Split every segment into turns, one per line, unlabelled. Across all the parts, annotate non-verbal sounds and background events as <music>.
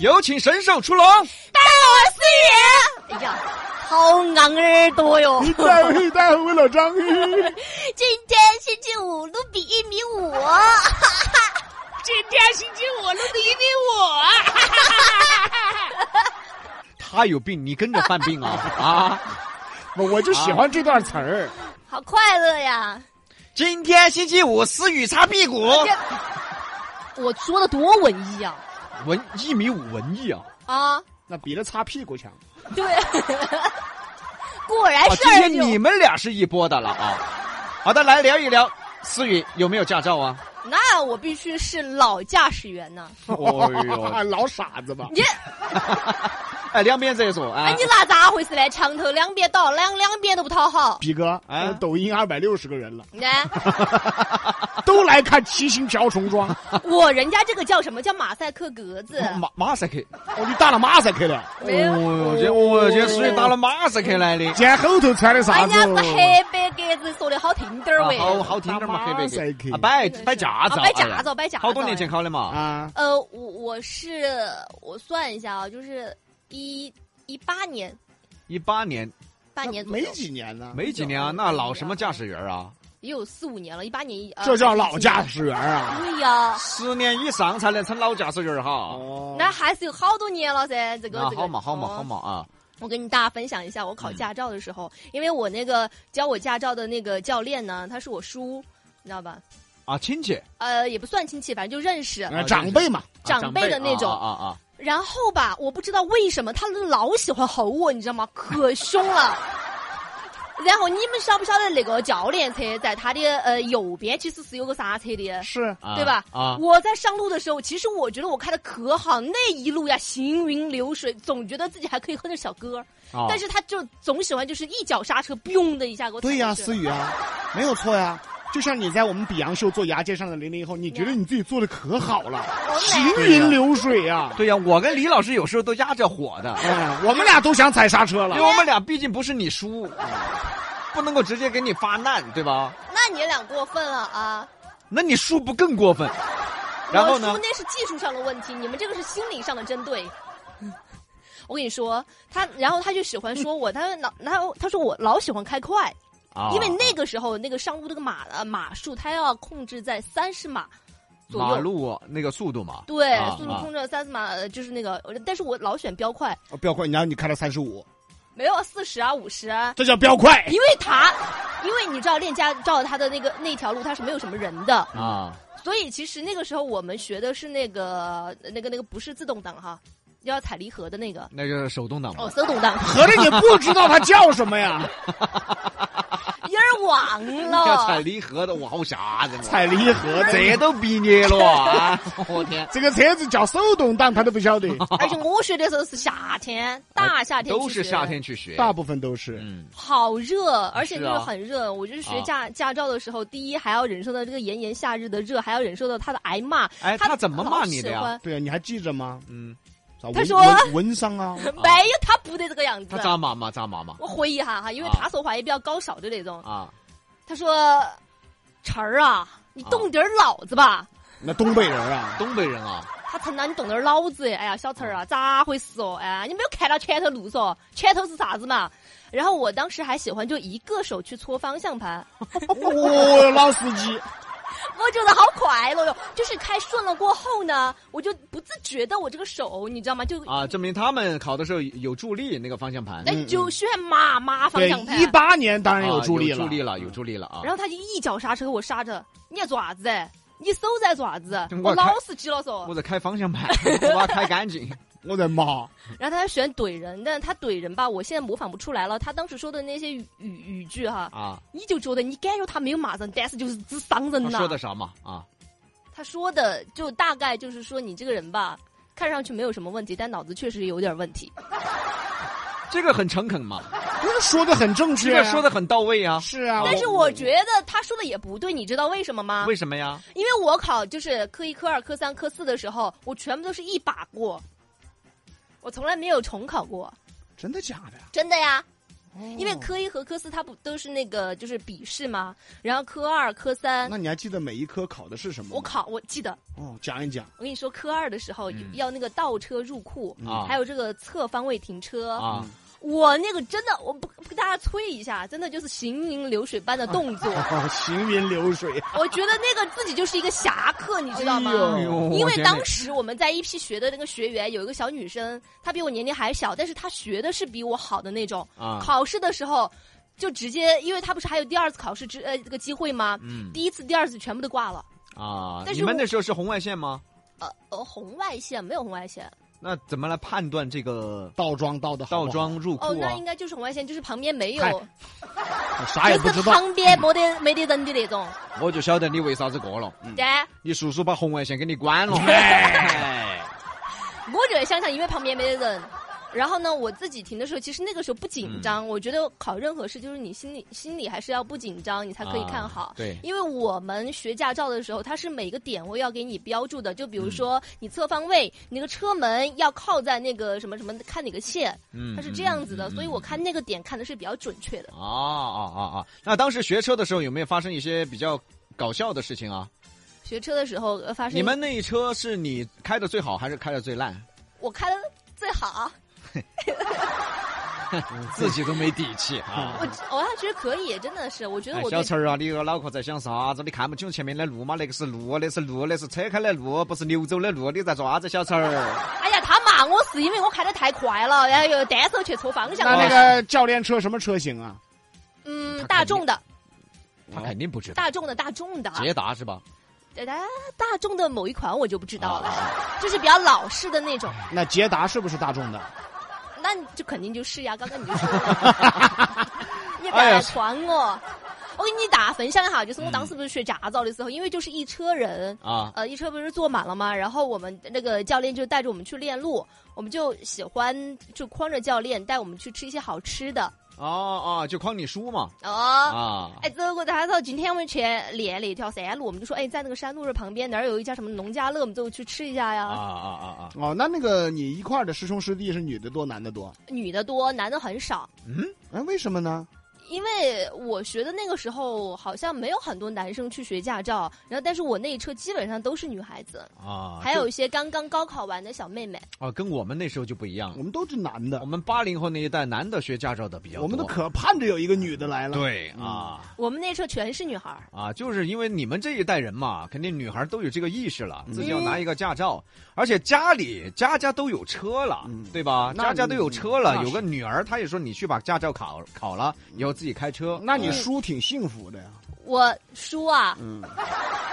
有请神兽出笼。
哎呀，好昂耳朵哟！
<laughs>
嗯
待会待会我老张，今
今天星期五，卢比一米五。
<laughs> 今天星期五，录的一米五。
他有病，你跟着犯病啊
<laughs>
啊！
我就喜欢这段词儿。
<laughs> 好快乐呀！
今天星期五，思雨擦屁股，
我说的多文艺啊！
文一米五文艺啊！
啊，
那比那擦屁股强。
对，
<laughs>
果然
啊，
事
今
儿
天
就
你们俩是一波的了啊！好的，来聊一聊，思雨有没有驾照啊？
那我必须是老驾驶员呢。
哎
哦
<laughs> 老傻子吧？
你
哎，两边厕所啊
哎，你拿咋回事呢？墙头两边倒，两两边都不讨好。
比哥，
啊
呃抖音二百六十个人了，
呢，
<laughs>
都来看《七星瓢虫 <laughs> 庄》。
我人家这个叫什么叫马赛克格子？
马马赛克，
哦，你打了马赛克了？
没有
哦这我这属于打了马赛克来的，
今天后头穿的
哎
啥子
呀，？是黑白格子，说的好听点儿
啊
喂。
好好听点嘛，
打
黑
马赛
白
克
的，啊，摆
真是
摆驾照，
啊摆
哎呀
驾照摆驾照
好多年前考的嘛，
啊，
呃，我我是我算一下啊，就是一一八年，
一八年
八年左
啊没
右，
几年呢，
没几年啊，那老什么驾驶员啊，
也有四五年了，一八年一。呃
这叫老驾。驶员啊！
对呀，
十年以上才能称老驾驶员儿哈。
哦
那还是有好多年了噻，这个
那
这个。
好嘛好嘛
哦
好嘛啊！
我跟你大家分享一下，我考驾照的时候，因为我那个教我驾照的那个教练呢，他是我叔，你知道吧？
啊，亲戚
呃，也不算亲戚，反正就认识。
哎长辈嘛，
长辈的那种
啊啊啊啊！
然后吧，我不知道为什么他老喜欢吼我，你知道吗？可凶了。然后你们晓不晓得那个教练车在他的呃右边其实是有个刹车的，
是
啊
对吧？
啊，
我在上路的时候，其实我觉得我开的可好，那一路呀行云流水，总觉得自己还可以哼着小歌儿。
啊
但是他就总喜欢就是一脚刹车，嘣的一下给我踩
对呀，
过去
思雨啊，没有错呀。就像你在我们比洋秀做牙尖上的零零后，你觉得你自己做的可好了，
哦
行云流水呀、
对呀，我跟李老师有时候都压着火的，
哎，我们俩都想踩刹车
因
了
为。我们俩毕竟不是你叔，嗯不能够直接给你发难，对吧？
那你俩过分了啊！
那你叔不更过分？然后
我
呢
说？哦那是技术上的问题，你们这个是心理上的针对。我跟你说，他然后他就喜欢说我，他老然后他说我老喜欢开快，
啊，
因为那个时候那个上路那个马呃马术，他要控制在三十码左右。
马路那个速度嘛，
对，
啊
速度
啊
控制在三十码，呃就是那个，呃但是我老选标快，
哦不要快，然后你开到三十五，
没有四十啊五十啊，
这叫飙快。
因为他，因为你知道练家照他的那个那条路，他是没有什么人的，
啊，
所以其实那个时候我们学的是那个那个那个不是自动挡哈，要踩离合的那个
那个手动挡嘛
哦，手动挡，
合着你不知道它叫什么呀？
有点忘
<laughs> <laughs> 要踩
了。
离合的，我好吓人啊！
<laughs> 踩离合
这
<laughs>
这
都毕业了啊！我天，
这个车子叫手动挡，他都不晓得，
而且我学的时候是夏天，大夏天
都
去
是
学
夏，天去学，
<laughs> 大部分都是。
嗯，
好热，而且
是
就
啊
是很热。我就是学
啊
驾驾照的时候，第一还要忍受到这个炎炎夏日的热，还要忍受到他的挨骂。
哎，他怎么骂你的
老
呀？
喜
对啊，你还记着吗？
嗯，
啥文
他说
文文
<laughs>
商啊，
欢？没有，他不得这个样子
他。咋骂嘛？咋骂嘛？
我回忆一下哈，因为
啊
他说话也比较高少的那种。
啊，
他说：“晨儿啊，你
啊
动点儿脑子吧。
那东北人啊，
东北人啊，
他疼啊，你动点儿脑子！哎呀，小陈儿啊，咋回事哦？哎，你没有看到前头路嗦？前头是啥子嘛？然后我当时还喜欢就一个手去搓方向盘，
哦，老司机，
<laughs> 我觉得好快乐哟！就是开顺了过后呢，我就不自觉的我这个手，你知道吗？就
啊，嗯证明他们考的时候有助力那个方向盘，
哎就喜欢麻麻方
对
向，盘
一。八年当然
啊
有助力
有
了，
助力了，有助力了啊！
然后他就一脚刹车，给我刹着，你要做啥子？你手在做啥子？
<laughs> 我
我
开
老司机了嗦
我。在开方向盘， <laughs> 我把它开干净。
我的妈，
然后他喜欢怼人，但是他怼人吧，我现在模仿不出来了。他当时说的那些语语语句哈，
啊，
你就觉得你感觉他没有骂人，但是就是只伤人
他
嗯呐。
说的啥嘛？啊，
他说的就大概就是说你这个人吧，看上去没有什么问题，但脑子确实有点问题。
这个很诚恳嘛，
啊
不是说的很正
这
确啊，
个说的很到位啊。
是啊，
但是我觉得他说的也不对，你知道为什么吗？
为什么呀？
因为我考就是科一、科二、科三、科四的时候，我全部都是一把过，我从来没有重考过，
真的假的呀？啊
真的呀。
哦
因为科一和科四它不都是那个就是笔试嘛，然后科二、科三，
哦那你还记得每一科考的是什么？
我，考我记得，
哦，讲一讲。
我跟你说，科二的时候
嗯
要那个倒车入库，
啊
还有嗯这个侧方位停车。
啊，
我那个真的，我不不跟大家催一下，真的就是行云流水般的动作，
啊
哦，行云流水，
<laughs> 我觉得那个自己就是一个侠客，你知道吗？
哎呦
因为当
时
时我们在一批学的那个学员有一个小女生，她比我年龄还小，但是她学的是比我好的那种。
啊，
考试的时候就直接，因为她不是还有第二次考试之呃这个机会吗？
嗯
第一次、第二次全部都挂了。
啊，
但是
你们
我
那时候是红外线吗？
呃呃，红外线没有红外线
那怎么来判断这个
倒装倒的
倒装入库
哦，那
啊
应？该就是红外线，就是旁边没
嗨
有，
啊啥
哎
也不
就
知
是
道。
旁边没得没得人的那种。
我就晓得你为啥子过了，嗯
对，
你叔叔把红外线给你关了。哎
我就在想想，因为旁边没得人。然后呢，我自己停的时候，其实那个时候不紧
嗯
张。我觉得考任何试，就是你心里心里还是要不紧张，你才可以看好。
啊对
因为我们学驾照的时候，它是每个点位要给你标注的。就比如
嗯
说，你侧方位，你那个车门要靠在那个什么什么，看哪个线，
嗯
它是这样子
嗯
的。
嗯嗯
所以我看那个点看的是比较准确的。
啊啊啊啊！那当时学车的时候有没有发生一些比较搞笑的事情啊？
学车的时候呃发生，
你们那一车是你开的最好还是开的最烂？
<laughs> 我开的最好，
自己都没底气啊！
我我还觉得可以，真的是，我觉得
哎
我对
小陈儿啊，你个脑壳在想啥子？你看不清前面的路吗？那个是路，那是路，那是车开的路，不是牛走的路。你在做啥子，小陈
<laughs>
儿？
哎呀，他骂我是因为我开的太快了，然后又单手去错方向
那
了。
那个教练车什么车型啊？
嗯，
他
大众的，
他肯定不知道。
大众的，大众的，
捷达是吧？
对大大众的某一款我就不知道
啊
了，就是比较老式的那种，
那捷达是不是大众的？
那你就肯定就是呀。刚刚你就说
<laughs>
了，你
哎
不要来传我。我给你打分享一下，就是我当时不是学驾照的时候，
嗯
因为就是一车人，
啊
呃，一车不是坐满了吗？然后我们那个教练就带着我们去练路，我们就喜欢就诓着教练带我们去吃一些好吃的
哦哦，就诓你叔嘛
哦。
啊！
哎，走过他说今天我们去练了一条山路，我们就说哎，在那个山路的旁边哪儿有一家什么农家乐，我们就去吃一下呀。
啊啊啊啊！
哦，那那个你一块儿的师兄师弟是女的多，男的多？
女的多，男的很少，
嗯，
哎，为什么呢？
因为我学的那个时候好像没有很多男生去学驾照，然后但是我那一车基本上都是女孩子，
啊，
还有
就
一些刚刚高考完的小妹妹。
哦，跟我们那时候就不一样
我。们都是男
我
的，
们八零后那一代男的学驾照的比较多，
我们都可盼着有一个女的来了。嗯
对啊
我们那车全是女孩儿，
啊，就是因为你们这一代人嘛，肯定女孩都有这个意识了，
嗯
自己要拿一个驾照，而且家里家家都有车了
嗯，
对吧？
那
家家都有车了，
那是
有个女儿，她也说你去把驾照考考了，以后自己开车。嗯
那
嗯
你叔挺幸福的呀。
我叔啊，
嗯，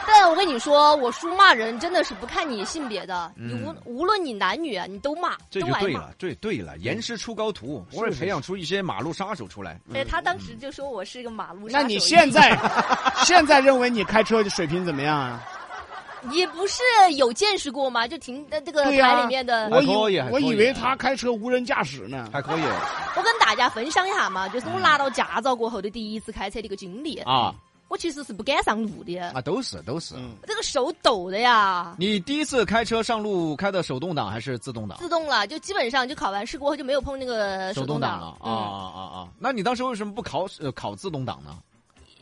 但我跟你说，我叔骂人真的是不看你性别的，你无
嗯
无论你男女，啊，你都骂，
这
都
就
挨
对
骂。
了，对对了，严师出高徒，
是
我也
嗯是嗯
培养出一些马路杀手出来。
哎，他当时就说我是个马路杀
那
手
你
一
现在
<laughs>
现在认为你开车水平怎么样啊？
你不是有见识过吗？就停在这个
对呀
台里面的，
我
还可以
以
还
我
可以啊
以为他开车无人驾驶呢。
还可以
我跟大家分享一下嘛，就是我拿到驾照过后的第一次开车的一个经历。
啊
我其实是不敢上路的，
啊，都是都是。
嗯，
这个手抖的呀，
你第一次开车上路开的手动挡还是自动挡？
自动了，就基本上就考完试过后就没有碰那个手
动
挡
了啊
嗯，
啊啊啊！那你当时为什么不考呃考自动挡呢？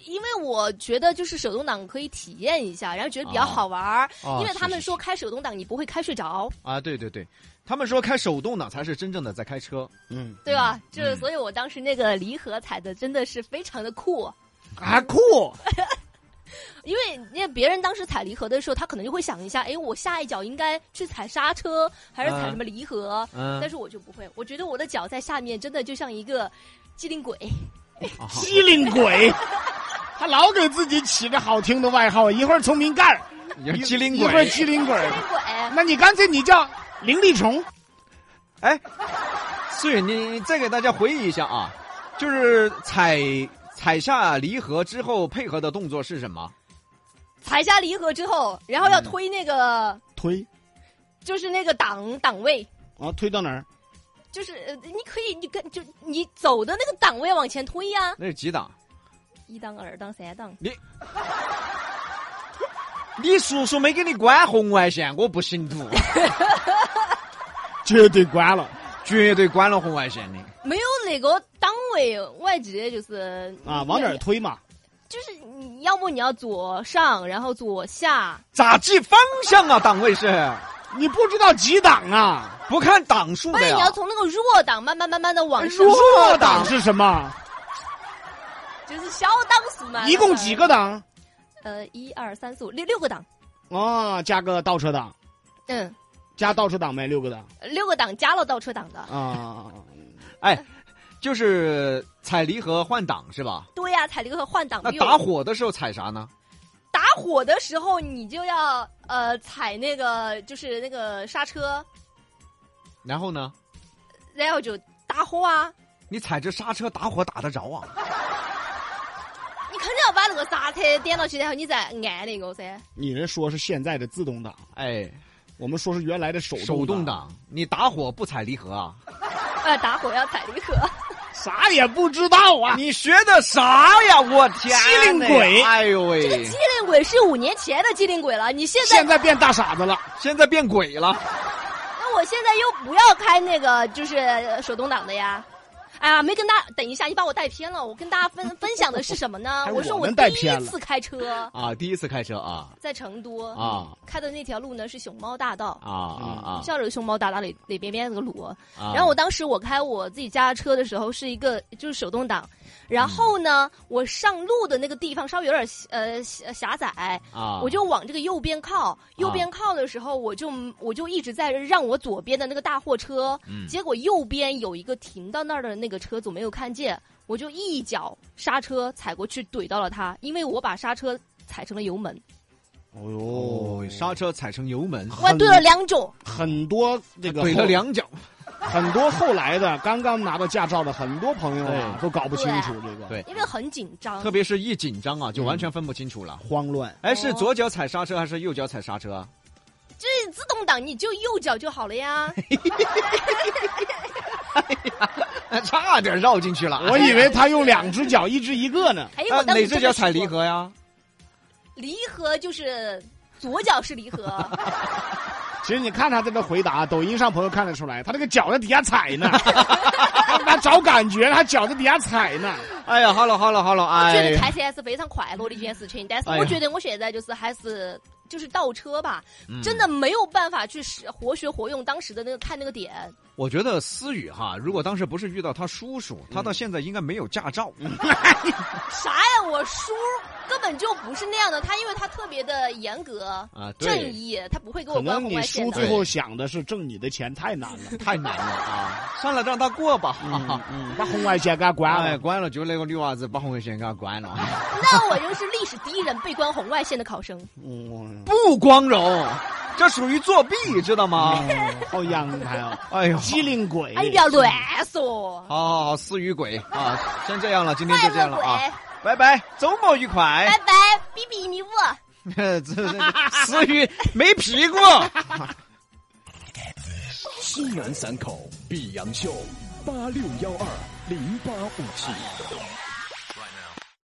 因为我觉得就是手动挡可以体验一下，然后觉得比较好玩儿。
啊
因为他
是
们
是
说开手动挡你不会开睡着，
啊，对对对，他们说开手动挡才是真正的在开车。
嗯，
对吧？就是
嗯
所以我当时那个离合踩的真的是非常的酷，
啊酷，
因为因为别人当时踩离合的时候，他可能就会想一下，哎，我下一脚应该去踩刹车还是踩什么离合？
嗯
<laughs> 但，是我就不会，我觉得我的脚在下面真的就像一个机灵鬼。
啊
机灵鬼， <laughs> 他老给自己起个好听的外号，一会儿聪明盖儿，
你是
一
机灵
一会儿
鬼。
机灵鬼
机。灵鬼，
那你干脆你叫灵力虫，
哎，所以你再给大家回忆一下啊，就是踩踩下离合之后配合的动作是什么？
踩下离合之后，然后要
嗯
推那个、
推
就是那个档档位，
啊推到哪儿？
就是呃你可以你跟就你走的那个档位往前推呀、
那是几档？
一档、二档、三档。
你叔叔没给你关红外线，我不行
<laughs>
赌，
绝对关了。
绝对关了红外线的。
没有那个档为外籍就是
啊，往哪儿推嘛？
就是你要么你要左上，然后左下，
咋记方向啊？档位是
你不知道几档啊？
不看档数
不
的
然你要
呀？
从那个弱档慢慢慢慢的往上，啊
弱档
档是什么？
就是小档数嘛。
一共几个？档？
呃，一二三四五六六个档，
哦，加个倒车档，
嗯，
加倒车档呗，六个档
六个档加了倒车档的。
啊。
就是踩离合换档是吧？
对呀、踩离合换挡
那
没有
打火的时候踩啥呢？
打火的时候，你就要呃踩那个就是那个刹车，
然后呢？
然后就打火啊。
你踩着刹车打火打得着
<laughs>
啊？
你肯定要把那个刹车点到去，然后你再按那个噻。
你这说是现在的自动挡，
哎，
我们说是原来的手
手动
动，
挡，你打火不踩离合啊？
呃，打火要踩离合。
啥也不知道啊！
你学的啥呀？我天哪！
机灵鬼
哎呦
这个
喂
<laughs> 机！灵鬼是五年前的机灵鬼了，你现在
现在变大傻子了，
现在变鬼了。
那啊我现在又不要开那个就是手动挡的呀。哎呀，没跟大等一下，你把我带偏了。我跟大家分分享的是什么呢
还？
说
我
我
们带
第
偏
一
了
次开
<laughs>
车
啊，第一次开车啊
在成都
啊
开的那条路呢是熊猫大道
啊，啊
叫这个熊猫大道里里边边那个路。
啊！
嗯然后我当时我开我自己家的车的时候是一个就是手动挡，然后呢，我上路的那个地方稍微有点呃狭狭窄，
啊，
我就往这个右边靠，右边靠的时候，我就我就一直在让我左边的那个大货车，
嗯
结果右边有一个停到那儿的那个车主没有看见，我就一脚刹车踩过去怼到了他，因为我把刹车踩成了油 <laughs> 门，
哦
哦，刹车踩成油门，
我
很
怼了两 <laughs> 种，
很多这个
怼了
后
两脚。
嗯
很多后来的刚刚拿到驾照的很多朋友啊，
对
都搞不清楚这个，
对
因为很紧张
特，别是一紧张啊，就完全分不清楚
嗯
了。
慌乱。
哎，是左脚踩刹车还是右脚踩刹车
<laughs>
啊？
就是自动挡你就右脚就好
<laughs>
了呀，
差点绕进去了。
我以为他用两只脚，一只一个呢。
哎，
啊
我当时
哪只
真的
脚踩
试
离
过？
合呀？
离合就是左脚是
<laughs>
离合，
哎
其实你看他这个回答，抖音上朋友看得出来，他这个脚在底下踩
<laughs>
呢，他他找感觉，他脚在底下踩呢。
哎呀，好了好了好了，
我觉
哎
得
呀，
开车还是非常快乐的一件事情，但是
哎呀
我觉得我现在就是还是就是倒车吧，
嗯
真的没有办法去使活学活用当时的那个看那个点。
我觉得思雨哈，如果当时不是遇到他叔叔，他到现在应该没有驾照。
啥呀，我叔根本就不是那样的，他因为他特别的严格
啊对
正义，他不会给
可
我关
能
红
你
外线
叔
的
最。后想的是挣你的钱太难了，
太难了啊！ <laughs> 算了，让他过吧。
嗯嗯，把红外线给他关
哎，
了。
关了就那个女娃子把红外线给她关了，
那我就是历史第一人被关红外线的考生。
嗯，
不光荣，这属于作弊，知道吗？
好阳台哦，
<laughs> 哎呦，
机灵鬼。
哎，你不要乱说。
好好好，思雨鬼 <laughs> 啊，先这样了，今天
外
就
国
这样了啊
鬼，
拜拜，周末愉快
拜。拜，比比你我。
<laughs> 这这思雨没屁股。
西南散口碧阳秀八六幺二零八五七。